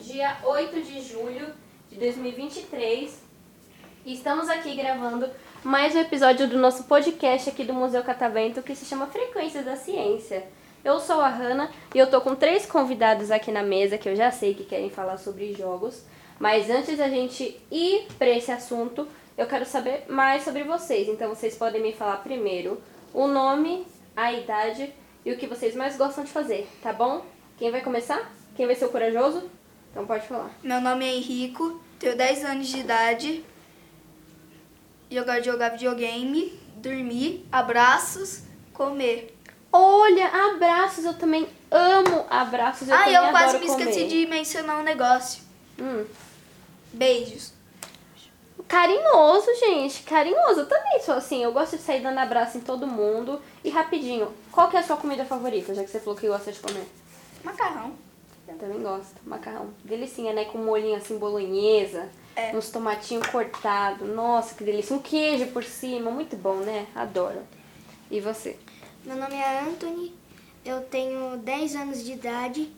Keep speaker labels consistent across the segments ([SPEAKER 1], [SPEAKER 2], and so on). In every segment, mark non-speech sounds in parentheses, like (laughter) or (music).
[SPEAKER 1] Dia 8 de julho de 2023. E estamos aqui gravando mais um episódio do nosso podcast aqui do Museu Catavento que se chama Frequências da Ciência. Eu sou a Hanna e eu tô com três convidados aqui na mesa que eu já sei que querem falar sobre jogos. Mas antes da gente ir para esse assunto, eu quero saber mais sobre vocês. Então vocês podem me falar primeiro o nome, a idade e o que vocês mais gostam de fazer, tá bom? Quem vai começar? Quem vai ser o corajoso? Então pode falar.
[SPEAKER 2] Meu nome é Henrico, tenho 10 anos de idade. Eu gosto de jogar videogame, dormir, abraços, comer.
[SPEAKER 1] Olha, abraços, eu também amo abraços. Eu
[SPEAKER 2] ah,
[SPEAKER 1] também
[SPEAKER 2] eu quase
[SPEAKER 1] adoro
[SPEAKER 2] me
[SPEAKER 1] comer.
[SPEAKER 2] esqueci de mencionar um negócio.
[SPEAKER 1] Hum.
[SPEAKER 2] Beijos.
[SPEAKER 1] Carinhoso, gente, carinhoso. Eu também sou assim, eu gosto de sair dando abraço em todo mundo. E rapidinho, qual que é a sua comida favorita, já que você falou que gosta de comer?
[SPEAKER 2] Macarrão.
[SPEAKER 1] Eu também gosto, macarrão. Delicinha, né? Com molhinho assim, bolonhesa,
[SPEAKER 2] É.
[SPEAKER 1] uns tomatinhos cortados. Nossa, que delícia. Um queijo por cima, muito bom, né? Adoro. E você?
[SPEAKER 3] Meu nome é Anthony, eu tenho 10 anos de idade.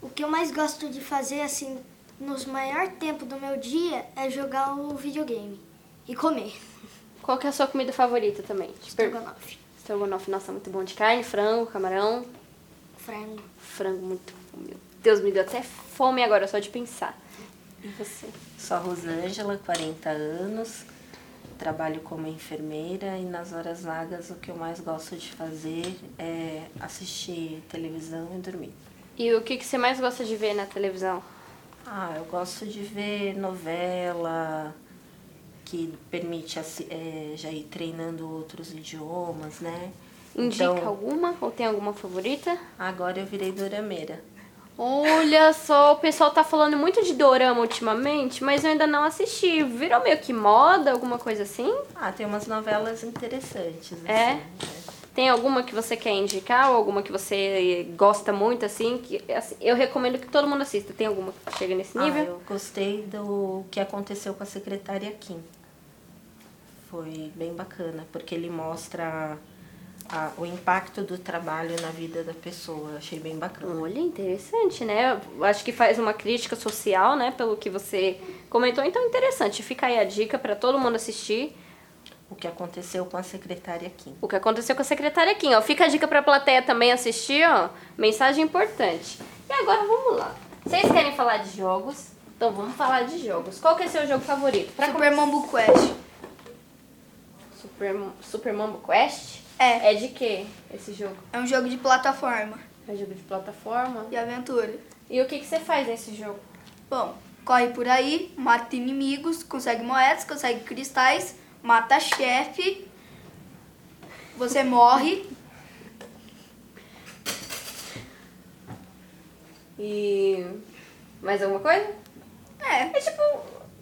[SPEAKER 3] O que eu mais gosto de fazer, assim, nos maior tempo do meu dia é jogar o videogame e comer.
[SPEAKER 1] Qual que é a sua comida favorita também? Te per-
[SPEAKER 3] Estrogonofe,
[SPEAKER 1] Estrogonofe, nossa, muito bom de carne, frango, camarão.
[SPEAKER 3] frango.
[SPEAKER 1] Frango muito bom. Meu Deus, me deu até fome agora, só de pensar. E você?
[SPEAKER 4] Sou a Rosângela, 40 anos, trabalho como enfermeira e nas horas vagas o que eu mais gosto de fazer é assistir televisão e dormir.
[SPEAKER 1] E o que, que você mais gosta de ver na televisão?
[SPEAKER 4] Ah, eu gosto de ver novela que permite assi- eh, já ir treinando outros idiomas, né?
[SPEAKER 1] Indica
[SPEAKER 4] Então,
[SPEAKER 1] alguma? Ou tem alguma favorita?
[SPEAKER 4] agora eu virei dorameira.
[SPEAKER 1] Olha só, o pessoal tá falando muito de dorama ultimamente, mas eu ainda não assisti. Virou meio que moda, alguma coisa assim?
[SPEAKER 4] Ah, tem umas novelas interessantes,
[SPEAKER 1] É?
[SPEAKER 4] assim, né?
[SPEAKER 1] Tem alguma que você quer indicar ou alguma que você gosta muito, assim? Que, assim, eu recomendo que todo mundo assista. Tem alguma que chega nesse
[SPEAKER 4] Ah,
[SPEAKER 1] nível?
[SPEAKER 4] eu gostei do que aconteceu com a secretária Kim. Foi bem bacana, porque ele mostra a- o impacto do trabalho na vida da pessoa. Eu Achei bem bacana.
[SPEAKER 1] Olha, interessante, né? Eu Acho que faz uma crítica social, né? Pelo que você comentou. Então, interessante. Fica aí a dica pra todo mundo assistir
[SPEAKER 4] O que aconteceu com a secretária Kim.
[SPEAKER 1] o que aconteceu com a secretária Kim. Ó, fica a dica pra plateia também assistir, ó. Mensagem importante. E agora, vamos lá. Vocês querem falar de jogos? Então, vamos falar de jogos. Qual que é seu jogo favorito? Pra
[SPEAKER 2] Super Mambo Quest.
[SPEAKER 1] Super, Super Mambo Quest?
[SPEAKER 2] É.
[SPEAKER 1] É de quê esse jogo?
[SPEAKER 2] É um jogo de plataforma
[SPEAKER 1] É jogo de plataforma?
[SPEAKER 2] e aventura.
[SPEAKER 1] E o que, que você faz nesse jogo?
[SPEAKER 2] Bom, corre por aí, mata inimigos, consegue moedas, consegue cristais, mata chefe. Você morre.
[SPEAKER 1] E... Mais alguma coisa?
[SPEAKER 2] É,
[SPEAKER 1] É tipo,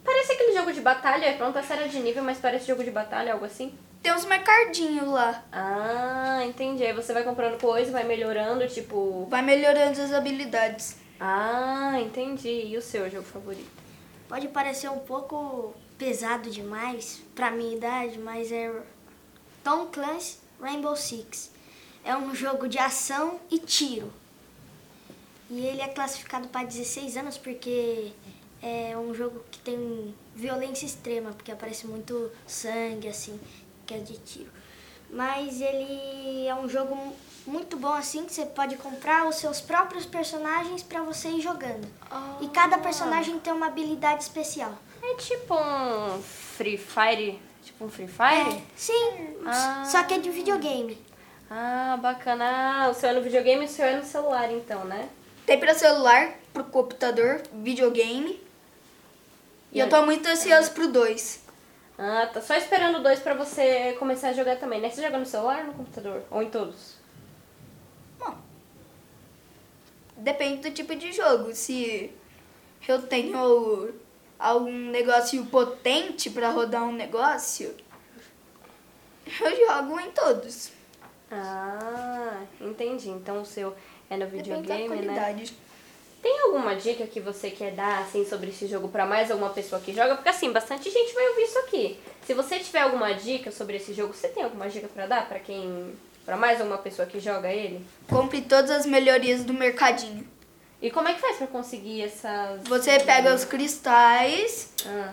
[SPEAKER 1] parece aquele jogo de batalha, é pronto, essa era de nível, mas parece jogo de batalha, algo assim.
[SPEAKER 2] tem uns mercadinhos lá.
[SPEAKER 1] Ah, entendi. Aí você vai comprando coisa, vai melhorando, tipo.
[SPEAKER 2] Vai melhorando as habilidades.
[SPEAKER 1] Ah, entendi. E o seu jogo favorito?
[SPEAKER 3] Pode parecer um pouco pesado demais pra minha idade, mas é Tom Clancy Rainbow Six. É um jogo de ação e tiro. E ele é classificado para 16 anos porque é um jogo que tem violência extrema, porque aparece muito sangue assim, que é de tiro. Mas ele é um jogo mu- muito bom assim que você pode comprar os seus próprios personagens pra você ir jogando. E cada personagem tem uma habilidade especial.
[SPEAKER 1] É tipo um Free Fire? Tipo um Free Fire?
[SPEAKER 3] É, Sim,
[SPEAKER 1] Ah.
[SPEAKER 3] só que é de videogame.
[SPEAKER 1] Ah, bacana. Ah, o seu é no videogame e o seu é no celular, então, né?
[SPEAKER 2] Tem pra celular, pro computador, videogame. E eu tô muito ansioso pro 2.
[SPEAKER 1] Ah, tá só esperando dois pra você começar a jogar também, né? Você joga no celular ou no computador? Ou em todos?
[SPEAKER 2] Bom, depende do tipo de jogo. Se eu tenho algum negócio potente pra rodar um negócio, eu jogo em todos.
[SPEAKER 1] Ah, entendi. Então o seu é no
[SPEAKER 2] Depende da
[SPEAKER 1] videogame, né?
[SPEAKER 2] qualidade.
[SPEAKER 1] Tem alguma dica que você quer dar assim sobre esse jogo pra mais alguma pessoa que joga? Porque assim, bastante gente vai ouvir isso aqui. Se você tiver alguma dica sobre esse jogo, você tem alguma dica pra dar pra quem, Pra mais alguma pessoa que joga ele?
[SPEAKER 2] Compre todas as melhorias do mercadinho.
[SPEAKER 1] E como é que faz pra conseguir essas
[SPEAKER 2] Você pega os cristais,
[SPEAKER 1] Ah,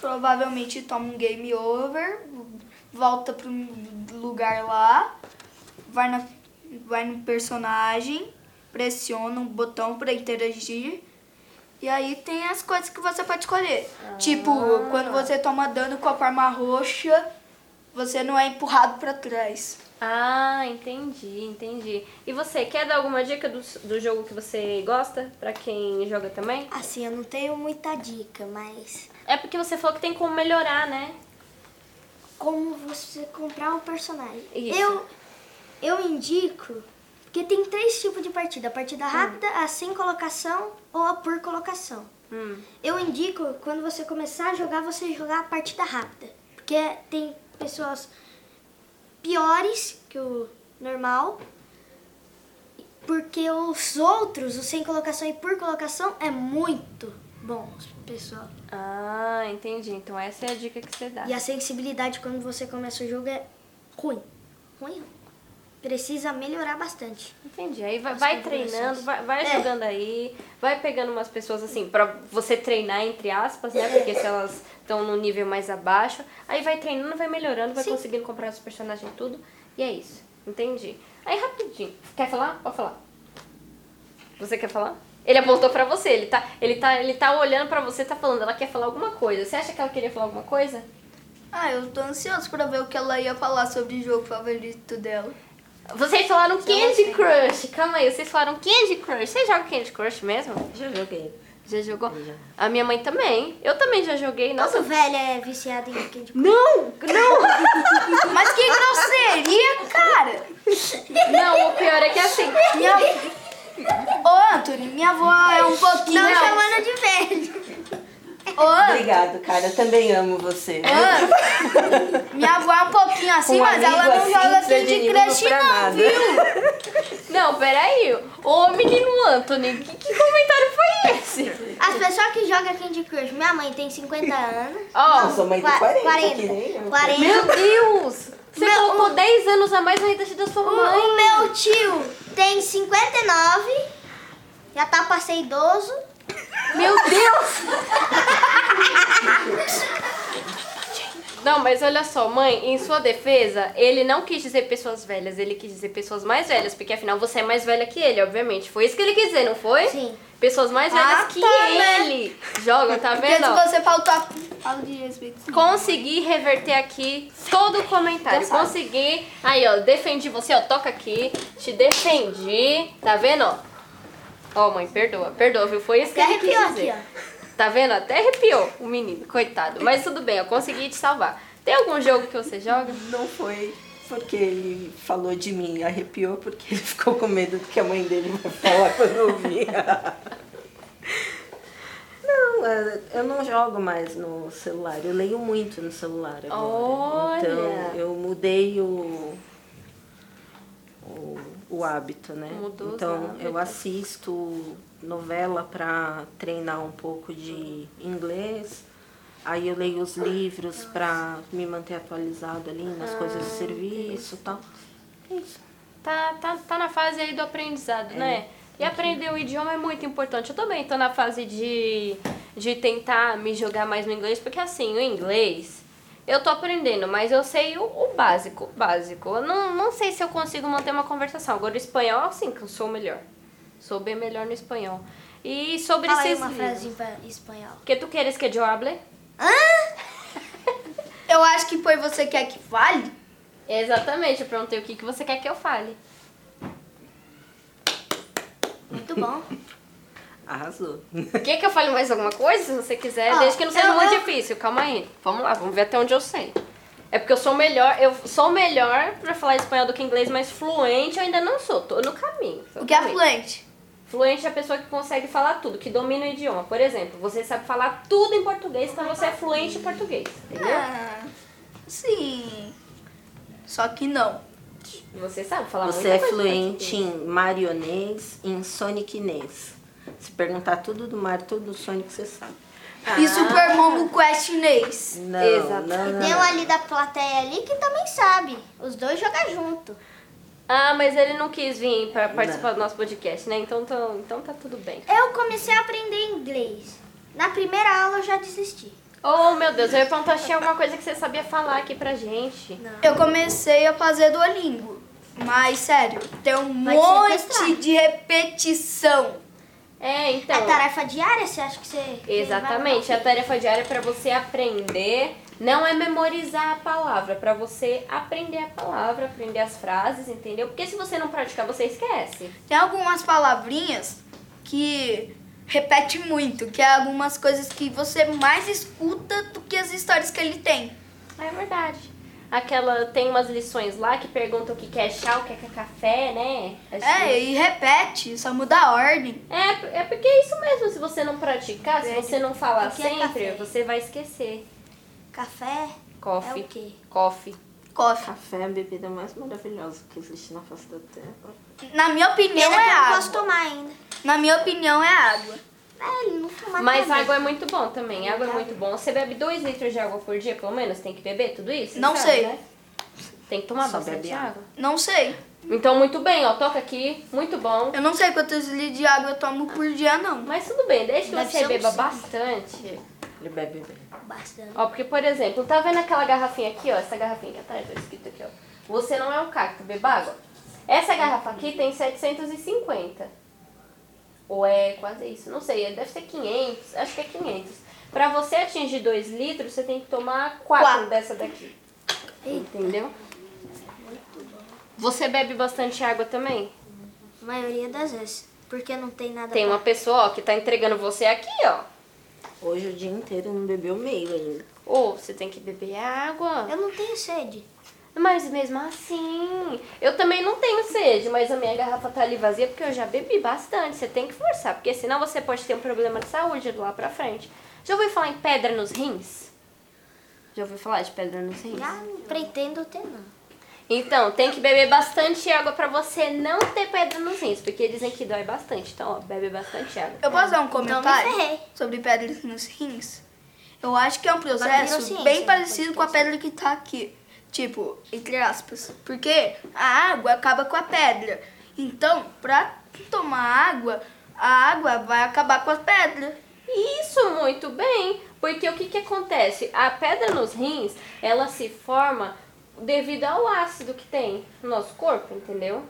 [SPEAKER 2] provavelmente toma um game over, volta pro lugar lá, vai, na, vai no personagem, pressiona um botão pra interagir. E aí tem as coisas que você pode escolher. Tipo, quando você toma dano com a forma roxa, você não é empurrado pra trás.
[SPEAKER 1] Ah, entendi, entendi. E você quer dar alguma dica do, do jogo que você gosta pra quem joga também?
[SPEAKER 3] Assim, eu não tenho muita dica, mas
[SPEAKER 1] É porque você falou que tem como melhorar, né?
[SPEAKER 3] como você comprar um personagem.
[SPEAKER 1] Isso.
[SPEAKER 3] Eu, eu indico, porque tem três tipos de partida. A
[SPEAKER 1] Hum.
[SPEAKER 3] partida rápida, a sem colocação ou a por colocação.
[SPEAKER 1] Hum.
[SPEAKER 3] Eu indico, quando você começar a jogar, você jogar a partida rápida. Porque tem pessoas piores que o normal. Porque os outros, os sem colocação e por colocação, é muito bons, pessoal.
[SPEAKER 1] Ah, entendi. Então essa é a dica que você dá.
[SPEAKER 3] E a sensibilidade quando você começa o jogo é ruim. Ruim. Precisa melhorar bastante.
[SPEAKER 1] Entendi. Aí vai, vai treinando,
[SPEAKER 3] configurações.
[SPEAKER 1] vai, vai
[SPEAKER 3] É.
[SPEAKER 1] jogando aí, vai pegando umas pessoas assim, pra você treinar, entre aspas, né? Porque se elas estão no nível mais abaixo, aí vai treinando, vai melhorando, vai conseguindo comprar os personagens e tudo. E é isso. Entendi. Aí rapidinho. Quer falar? Pode falar. Você quer falar? Ele apontou pra você, ele tá, ele tá, ele tá olhando pra você, tá falando, ela quer falar alguma coisa. Você acha que ela queria falar alguma coisa?
[SPEAKER 2] Ah, eu tô ansioso pra ver o que ela ia falar sobre o jogo favorito dela.
[SPEAKER 1] Vocês falaram Candy Crush. Calma aí, vocês falaram Candy Crush. Você joga Candy Crush mesmo?
[SPEAKER 4] Já joguei.
[SPEAKER 1] Já jogou?
[SPEAKER 4] Já.
[SPEAKER 1] A minha mãe também. Eu também já joguei. Nossa,
[SPEAKER 3] Todo velho é viciado em Candy Crush.
[SPEAKER 1] não, não,
[SPEAKER 2] Mas que grosseria, cara!
[SPEAKER 1] não. O pior é que assim.
[SPEAKER 2] Minha... Ô, Anthony, minha avó é um pouquinho...
[SPEAKER 3] Não chamando de velho.
[SPEAKER 2] Ô, Anthony,
[SPEAKER 4] Obrigado, cara. Eu também amo você.
[SPEAKER 2] minha avó é um pouquinho assim,
[SPEAKER 4] Um
[SPEAKER 2] mas ela não
[SPEAKER 4] amigo
[SPEAKER 2] joga
[SPEAKER 4] assim, você
[SPEAKER 2] Candy
[SPEAKER 4] de nível
[SPEAKER 2] Crush
[SPEAKER 4] pra
[SPEAKER 2] não,
[SPEAKER 4] nada.
[SPEAKER 2] viu?
[SPEAKER 1] Não, peraí. Ô, menino Anthony, que, que comentário foi esse?
[SPEAKER 3] As pessoas que jogam Candy Crush. Minha mãe tem 50 anos.
[SPEAKER 1] Ó,
[SPEAKER 4] Nossa, mãe tem
[SPEAKER 3] Qua-
[SPEAKER 4] 40,
[SPEAKER 3] 40.
[SPEAKER 4] que nem eu.
[SPEAKER 3] 40.
[SPEAKER 1] meu Deus. Você
[SPEAKER 3] Meu-
[SPEAKER 1] colocou 10 anos a mais na idade da sua
[SPEAKER 3] O,
[SPEAKER 1] mãe.
[SPEAKER 3] o meu tio tem 59. Já tá pra ser idoso.
[SPEAKER 1] Meu Deus! Não, mas olha só, mãe, em sua defesa, ele não quis dizer pessoas velhas, ele quis dizer pessoas mais velhas, porque afinal você é mais velha que ele, obviamente. Foi isso que ele quis dizer, não
[SPEAKER 4] É.
[SPEAKER 1] foi?
[SPEAKER 3] Sim.
[SPEAKER 1] Pessoas mais velhas
[SPEAKER 2] Ah,
[SPEAKER 1] que
[SPEAKER 2] tá, né?
[SPEAKER 1] ele jogam, tá
[SPEAKER 2] Porque
[SPEAKER 1] vendo?
[SPEAKER 2] se
[SPEAKER 1] ó?
[SPEAKER 2] você faltar... Fala de respeito.
[SPEAKER 1] Consegui reverter aqui todo o comentário. Consegui. Aí, ó, defendi você, ó, toca aqui. Te defendi, tá vendo? ó? Ó, oh, mãe, perdoa, perdoa, viu? Foi isso que
[SPEAKER 3] Até
[SPEAKER 1] ele quis
[SPEAKER 3] arrepiou
[SPEAKER 1] dizer.
[SPEAKER 3] aqui, ó.
[SPEAKER 1] Tá vendo? Até arrepiou o menino, coitado. Mas tudo bem, eu consegui te salvar. Tem algum jogo que você joga?
[SPEAKER 4] Não foi porque ele falou de mim, arrepiou porque ele ficou com medo do que a mãe dele vai falar quando ouvir. (laughs) não, é, eu não jogo mais no celular. Eu leio muito no celular agora.
[SPEAKER 1] Olha!
[SPEAKER 4] Então eu mudei o o, o hábito, né?
[SPEAKER 1] Mudou os
[SPEAKER 4] então eu
[SPEAKER 1] hábitos.
[SPEAKER 4] assisto novela para treinar um pouco de inglês. Aí eu leio os livros para me manter atualizado ali nas
[SPEAKER 1] Ah,
[SPEAKER 4] coisas de serviço e tal. É isso.
[SPEAKER 1] Tá, tá, tá na fase aí do aprendizado, né? E aprender o idioma é muito importante. Eu também tô na fase de, de tentar me jogar mais no inglês, porque assim, o inglês eu tô aprendendo, mas eu sei o, o básico, o básico. Eu não, não sei se eu consigo manter uma conversação. Agora o espanhol, sim, que eu sou melhor. Sou bem melhor no espanhol. E sobre
[SPEAKER 3] Fala aí
[SPEAKER 1] esses
[SPEAKER 3] uma frase
[SPEAKER 1] livros.
[SPEAKER 3] em pa- espanhol.
[SPEAKER 1] Que tu queres que eu hable?
[SPEAKER 2] Eu acho que foi você quer que fale?
[SPEAKER 1] Exatamente, eu perguntei o que, que você quer que eu fale.
[SPEAKER 3] Muito bom.
[SPEAKER 4] (laughs) Arrasou.
[SPEAKER 1] Quer que eu fale mais alguma coisa, se você quiser?
[SPEAKER 2] Ah,
[SPEAKER 3] Ó,
[SPEAKER 1] desde que não seja
[SPEAKER 3] eu-
[SPEAKER 1] muito
[SPEAKER 3] eu-
[SPEAKER 1] difícil, calma aí. Vamos lá, vamos ver até onde eu sei. É porque eu sou melhor, eu sou melhor pra falar espanhol do que inglês, mas fluente eu ainda não sou, tô no caminho. tô
[SPEAKER 2] O
[SPEAKER 1] no
[SPEAKER 2] que é
[SPEAKER 1] caminho.
[SPEAKER 2] fluente?
[SPEAKER 1] Fluente é a pessoa que consegue falar tudo, que domina o idioma. Por exemplo, você sabe falar tudo em português, então você é fluente em português, entendeu?
[SPEAKER 2] Ah, sim. Só que não.
[SPEAKER 1] E Você sabe falar
[SPEAKER 4] Você
[SPEAKER 1] muita
[SPEAKER 4] é
[SPEAKER 1] coisa em
[SPEAKER 4] fluente
[SPEAKER 1] português.
[SPEAKER 4] em marionês e em soniquinês. Se perguntar tudo do Mario, tudo do Sonic, você sabe.
[SPEAKER 2] E Super Momo Quest chinês.
[SPEAKER 4] Não,
[SPEAKER 1] Exato.
[SPEAKER 4] não, não.
[SPEAKER 3] Tem um ali da plateia ali que também sabe. Os dois jogam junto.
[SPEAKER 1] Ah, mas ele não quis vir pra participar do nosso podcast, né? Então, então, então tá tudo bem.
[SPEAKER 3] Eu comecei a aprender inglês. Na primeira aula eu já desisti.
[SPEAKER 1] Oh, meu Deus, eu ia perguntar se tinha alguma coisa que você sabia falar aqui pra gente.
[SPEAKER 2] Eu comecei a fazer Duolingo. Mas, sério, tem um
[SPEAKER 3] Vai
[SPEAKER 2] monte
[SPEAKER 3] sequestrar.
[SPEAKER 2] de repetição.
[SPEAKER 1] É, então.
[SPEAKER 3] É tarefa diária, você acha que você.
[SPEAKER 1] Exatamente, a tarefa diária é pra você aprender, não é memorizar a palavra, é pra você aprender a palavra, aprender as frases, entendeu? Porque se você não praticar, você esquece.
[SPEAKER 2] Tem algumas palavrinhas que repete muito, que é algumas coisas que você mais escuta do que as histórias que ele tem.
[SPEAKER 1] É verdade. Aquela, tem umas lições lá que perguntam o que que é chá, o que que é café, né? Acho que-
[SPEAKER 2] É, e repete, só muda a ordem.
[SPEAKER 1] É, é porque é isso mesmo, se você não praticar, se você não falar
[SPEAKER 3] O que é
[SPEAKER 1] sempre,
[SPEAKER 3] café?
[SPEAKER 1] você vai esquecer.
[SPEAKER 3] Café?
[SPEAKER 1] Coffee.
[SPEAKER 3] É o quê?
[SPEAKER 1] Coffee.
[SPEAKER 2] Coffee.
[SPEAKER 4] Café é a bebida mais maravilhosa que existe na face da terra.
[SPEAKER 2] Na minha opinião
[SPEAKER 3] Pena que
[SPEAKER 2] é
[SPEAKER 3] eu não
[SPEAKER 2] água.
[SPEAKER 3] posso tomar ainda.
[SPEAKER 2] Na minha opinião é água.
[SPEAKER 3] É, ele não fuma
[SPEAKER 1] Mas
[SPEAKER 3] nada.
[SPEAKER 1] água é muito bom também, água é muito bom. Você bebe 2 litros de água por dia, pelo menos? Tem que beber tudo isso? Você né?
[SPEAKER 2] Não sei.
[SPEAKER 1] Tem que tomar
[SPEAKER 4] Só
[SPEAKER 1] bastante
[SPEAKER 4] bebe
[SPEAKER 1] água.
[SPEAKER 4] água.
[SPEAKER 2] Não sei.
[SPEAKER 1] Então, muito bem, ó, toca aqui, muito bom.
[SPEAKER 2] Eu não sei quantos litros de água eu tomo por dia, não.
[SPEAKER 1] Mas tudo bem, desde que
[SPEAKER 3] Deve
[SPEAKER 1] você
[SPEAKER 3] ser um
[SPEAKER 1] beba
[SPEAKER 3] suco.
[SPEAKER 1] bastante.
[SPEAKER 4] Ele bebe bem.
[SPEAKER 3] Bastante.
[SPEAKER 1] Ó, porque, por exemplo, tá vendo aquela garrafinha aqui, ó? Essa garrafinha, tá? Tá escrito aqui, ó. Você não é um cacto, beba água. Essa garrafa aqui tem 750. Ou é quase isso, não sei, deve ser 500, acho que é 500. Pra você atingir 2 litros, você tem que tomar 4
[SPEAKER 2] Quatro.
[SPEAKER 1] dessa daqui. Entendeu? Você bebe bastante água também?
[SPEAKER 3] A maioria das vezes. Porque não tem nada
[SPEAKER 1] Tem
[SPEAKER 3] pra-
[SPEAKER 1] uma pessoa ó, que tá entregando você aqui, ó.
[SPEAKER 4] Hoje o dia inteiro não bebeu meio ainda.
[SPEAKER 1] Ou você tem que beber água.
[SPEAKER 3] Eu não tenho sede.
[SPEAKER 1] Mas mesmo assim, eu também não tenho sede, mas a minha garrafa tá ali vazia porque eu já bebi bastante. Você tem que forçar, porque senão você pode ter um problema de saúde lá pra frente. Já ouviu falar em pedra nos rins? Já ouviu falar de pedra nos rins?
[SPEAKER 3] Já não pretendo ter, não.
[SPEAKER 1] Então, tem que beber bastante água pra você não ter pedra nos rins, porque dizem que dói bastante. Então, ó, bebe bastante água.
[SPEAKER 2] Eu posso dar um
[SPEAKER 3] Então me
[SPEAKER 2] comentário
[SPEAKER 3] ferrei.
[SPEAKER 2] sobre pedras nos rins? Eu acho que é um
[SPEAKER 3] virou
[SPEAKER 2] processo
[SPEAKER 3] ciência,
[SPEAKER 2] bem
[SPEAKER 3] né?
[SPEAKER 2] parecido com a pedra que tá aqui. Tipo, entre aspas. Porque a água acaba com a pedra. Então, pra tomar água, a água vai acabar com a pedra.
[SPEAKER 1] Isso, muito bem. Porque o que, que acontece? A pedra nos rins, ela se forma devido ao ácido que tem no nosso corpo, entendeu?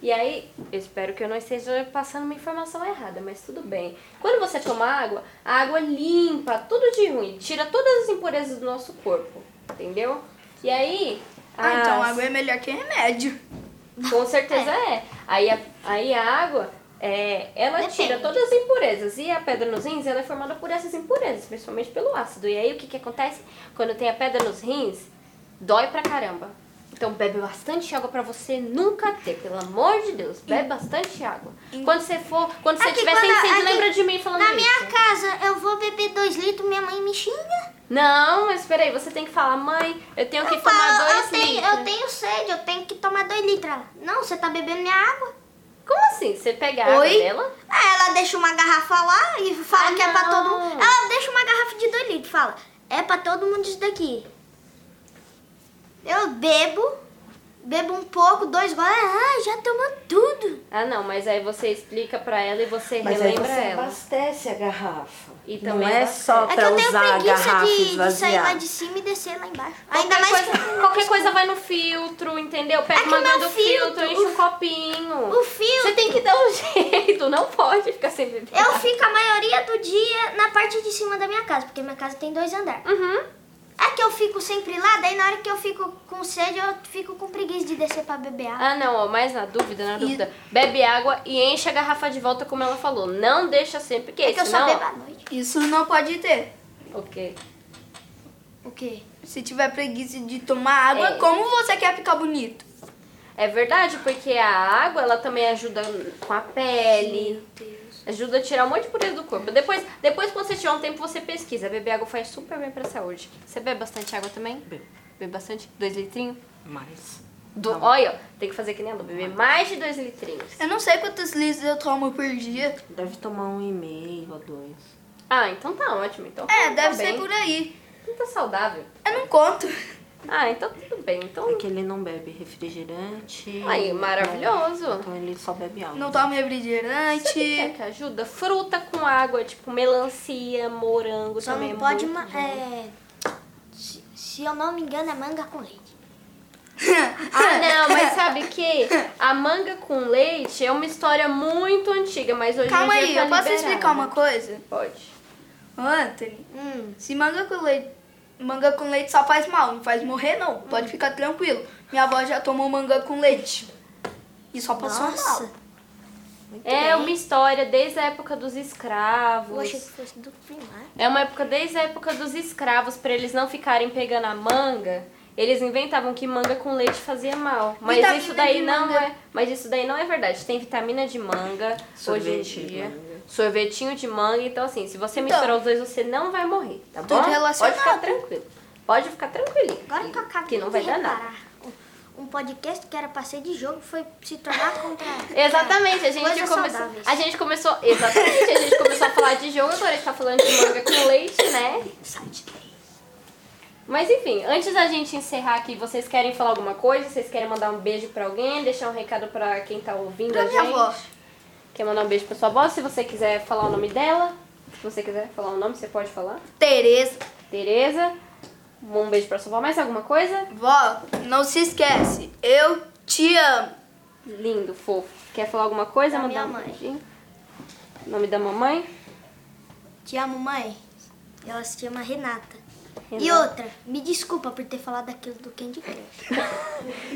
[SPEAKER 1] E aí, eu espero que eu não esteja passando uma informação errada, mas tudo bem. Quando você toma água, a água limpa tudo de ruim, tira todas as impurezas do nosso corpo, entendeu? E aí.
[SPEAKER 2] Ah, então
[SPEAKER 1] as-
[SPEAKER 2] água é melhor que remédio.
[SPEAKER 1] com certeza é. Aí, a, aí a água, é, ela
[SPEAKER 3] Depende.
[SPEAKER 1] tira todas as impurezas. E a pedra nos rins, ela é formada por essas impurezas, principalmente pelo ácido. E aí o que, que acontece? Quando tem a pedra nos rins, dói pra caramba. Então bebe bastante água pra você nunca ter, pelo amor de Deus. Bebe bastante água. Quando você for, quando você
[SPEAKER 3] Aqui,
[SPEAKER 1] tiver sem
[SPEAKER 3] quando-
[SPEAKER 1] sede,
[SPEAKER 3] aqui,
[SPEAKER 1] lembra de mim falando
[SPEAKER 3] Na
[SPEAKER 1] isso.
[SPEAKER 3] minha casa, eu vou beber dois litros, minha mãe me xinga.
[SPEAKER 1] Não, mas peraí, você tem que falar, mãe, eu tenho que
[SPEAKER 3] eu
[SPEAKER 1] tomar
[SPEAKER 3] falo,
[SPEAKER 1] Ah, dois
[SPEAKER 3] eu tenho,
[SPEAKER 1] litros.
[SPEAKER 3] eu tenho sede, eu tenho que tomar dois litros. Ela, não, você tá bebendo minha água.
[SPEAKER 1] Como assim? Você pega a água
[SPEAKER 2] Oi?
[SPEAKER 1] dela?
[SPEAKER 3] Ah, ela deixa uma garrafa lá e fala
[SPEAKER 1] Ah,
[SPEAKER 3] que é pra
[SPEAKER 1] não.
[SPEAKER 3] todo mundo. Ela deixa uma garrafa de dois litros, fala, é pra todo mundo isso daqui. Eu bebo, bebo um pouco, dois goles, ah, já tomou tudo.
[SPEAKER 1] Ah, não, mas aí você explica pra ela e você
[SPEAKER 4] Mas aí
[SPEAKER 1] relembra
[SPEAKER 4] você
[SPEAKER 1] ela.
[SPEAKER 4] abastece a garrafa.
[SPEAKER 1] E
[SPEAKER 4] não
[SPEAKER 1] também
[SPEAKER 4] é
[SPEAKER 1] abastece.
[SPEAKER 4] só
[SPEAKER 3] É
[SPEAKER 4] pra
[SPEAKER 3] que eu tenho
[SPEAKER 4] usar a
[SPEAKER 3] preguiça
[SPEAKER 4] garrafa
[SPEAKER 3] de, de sair
[SPEAKER 4] esvaziada.
[SPEAKER 3] lá de cima e descer lá embaixo.
[SPEAKER 1] Qualquer
[SPEAKER 3] Ainda mais
[SPEAKER 1] coisa,
[SPEAKER 3] que
[SPEAKER 1] qualquer coisa vai no filtro, entendeu? Pega
[SPEAKER 3] Aqui
[SPEAKER 1] uma
[SPEAKER 3] meu
[SPEAKER 1] aguinha do filtro,
[SPEAKER 3] filtro,
[SPEAKER 1] enche um copinho. (laughs)
[SPEAKER 3] o fio...
[SPEAKER 1] Você tem que dar um jeito, não pode ficar sem beber.
[SPEAKER 3] Eu fico a maioria do dia na parte de cima da minha casa, porque minha casa tem dois andares.
[SPEAKER 1] Uhum.
[SPEAKER 3] É que eu fico sempre lá, daí na hora que eu fico com sede, eu fico com preguiça de descer pra beber água.
[SPEAKER 1] Ah, não, ó, mas na dúvida, na dúvida, bebe água e enche a garrafa de volta, como ela falou. Não deixa sempre, porque
[SPEAKER 3] é que eu só
[SPEAKER 1] senão...
[SPEAKER 3] bebo à noite.
[SPEAKER 2] Isso não pode ter.
[SPEAKER 1] O quê?
[SPEAKER 3] O quê?
[SPEAKER 2] Se tiver preguiça de tomar água,
[SPEAKER 1] É.
[SPEAKER 2] como você quer ficar bonito?
[SPEAKER 1] É verdade, porque a água, ela também ajuda com a pele, ajuda a tirar um monte de pureza do corpo. Depois, depois quando você tiver um tempo, você pesquisa. Beber água faz super bem pra saúde. Você bebe bastante água também?
[SPEAKER 4] Bebo.
[SPEAKER 1] Bebe bastante? Dois litrinhos?
[SPEAKER 4] Mas
[SPEAKER 1] Do, olha, ó, tem que fazer que nem ela, beber mais de dois litrinhos.
[SPEAKER 2] Eu não sei quantos litros eu tomo por dia.
[SPEAKER 4] Deve tomar um e meio ou dois.
[SPEAKER 1] Ah, então tá ótimo. Então,
[SPEAKER 2] É,
[SPEAKER 1] tá
[SPEAKER 2] deve ser
[SPEAKER 1] bem.
[SPEAKER 2] por aí.
[SPEAKER 1] Não tá saudável.
[SPEAKER 2] Eu não conto.
[SPEAKER 1] Ah, então tudo bem. Então,
[SPEAKER 4] É que ele não bebe refrigerante.
[SPEAKER 1] aí,
[SPEAKER 4] então-
[SPEAKER 1] maravilhoso.
[SPEAKER 4] Então ele só bebe água.
[SPEAKER 2] Não tomo
[SPEAKER 1] Quer
[SPEAKER 2] refrigerante.
[SPEAKER 1] que ajuda? Fruta com água, tipo melancia, morango
[SPEAKER 3] Só
[SPEAKER 1] também.
[SPEAKER 3] não pode.
[SPEAKER 1] é muito
[SPEAKER 3] ma- é, se, se eu não me engano, é manga com leite.
[SPEAKER 1] Ah, não, mas sabe que a manga com leite é uma história muito antiga, mas
[SPEAKER 3] é
[SPEAKER 1] hoje
[SPEAKER 2] (laughs) Calma
[SPEAKER 1] em
[SPEAKER 2] aí,
[SPEAKER 1] dia
[SPEAKER 2] eu
[SPEAKER 1] tá
[SPEAKER 2] posso
[SPEAKER 1] liberada.
[SPEAKER 2] explicar uma coisa?
[SPEAKER 1] Pode.
[SPEAKER 2] Ô, Anthony,
[SPEAKER 3] né? Hum,
[SPEAKER 2] se manga com leite. Manga com leite só faz mal, não faz morrer não. Pode
[SPEAKER 3] Hum.
[SPEAKER 2] ficar tranquilo. Minha avó já tomou manga com leite. E só passou
[SPEAKER 3] nossa.
[SPEAKER 2] mal.
[SPEAKER 3] Muito
[SPEAKER 1] É
[SPEAKER 3] bem.
[SPEAKER 1] uma história desde a época dos escravos.
[SPEAKER 3] Eu achei que fosse do primário.
[SPEAKER 1] É uma época desde a época dos escravos, pra eles não ficarem pegando a manga. Eles inventavam que manga com leite fazia mal, mas
[SPEAKER 2] Vitamina
[SPEAKER 1] isso daí
[SPEAKER 2] de
[SPEAKER 1] não
[SPEAKER 2] manga.
[SPEAKER 1] é, mas isso daí não é verdade. Tem vitamina de manga
[SPEAKER 4] Sorvete
[SPEAKER 1] hoje em
[SPEAKER 4] de
[SPEAKER 1] dia,
[SPEAKER 4] manga.
[SPEAKER 1] sorvetinho de manga, então assim, se você
[SPEAKER 2] Então.
[SPEAKER 1] misturar os dois, você não vai morrer, tá
[SPEAKER 2] Tudo
[SPEAKER 1] bom?
[SPEAKER 2] relacionado.
[SPEAKER 1] Pode ficar tranquilo. Pode ficar tranquilinho.
[SPEAKER 3] Agora que eu acabei
[SPEAKER 1] que não vai
[SPEAKER 3] de
[SPEAKER 1] dar nada.
[SPEAKER 3] reparar, um- Um podcast que era pra ser de jogo foi se tornar contra.
[SPEAKER 1] (laughs) Exatamente, a gente
[SPEAKER 3] É, Coisas
[SPEAKER 1] começou.
[SPEAKER 3] saudáveis.
[SPEAKER 1] A gente começou. Exatamente, a gente começou a falar de jogo, agora a gente tá falando de manga com leite, né?
[SPEAKER 3] Site.
[SPEAKER 1] Mas enfim, antes da gente encerrar aqui, vocês querem falar alguma coisa? Vocês querem mandar um beijo pra alguém? Deixar um recado pra quem tá ouvindo
[SPEAKER 2] Pra
[SPEAKER 1] a
[SPEAKER 2] minha
[SPEAKER 1] gente?
[SPEAKER 2] avó.
[SPEAKER 1] Quer mandar um beijo pra sua avó? Se você quiser falar o nome dela, se você quiser falar o nome, você pode falar.
[SPEAKER 2] Tereza,
[SPEAKER 1] Tereza, um beijo pra sua avó. Mais alguma coisa?
[SPEAKER 2] vó, não se esquece. Eu te amo.
[SPEAKER 1] Lindo, fofo. Quer falar alguma coisa?
[SPEAKER 3] Da
[SPEAKER 1] Mandar
[SPEAKER 3] minha
[SPEAKER 1] um
[SPEAKER 3] mãe.
[SPEAKER 1] beijinho? Nome da mamãe?
[SPEAKER 3] Te amo, mãe. Ela se chama Renata. E
[SPEAKER 1] Renata.
[SPEAKER 3] outra, me desculpa por ter falado aquilo do Candy Crush.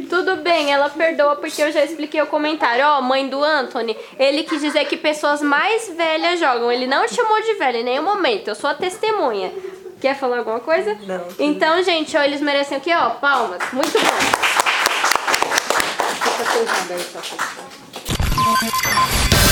[SPEAKER 1] Tudo bem, ela perdoa porque eu já expliquei o comentário. Ó, mãe do Anthony, ele quis dizer que pessoas mais velhas jogam. Ele não te chamou de velha em nenhum momento. Eu sou a testemunha. Quer falar alguma coisa?
[SPEAKER 4] Não.
[SPEAKER 1] Então, gente, ó, eles merecem o quê? Ó, palmas. Muito bom. Fica sentada aí, só, por favor.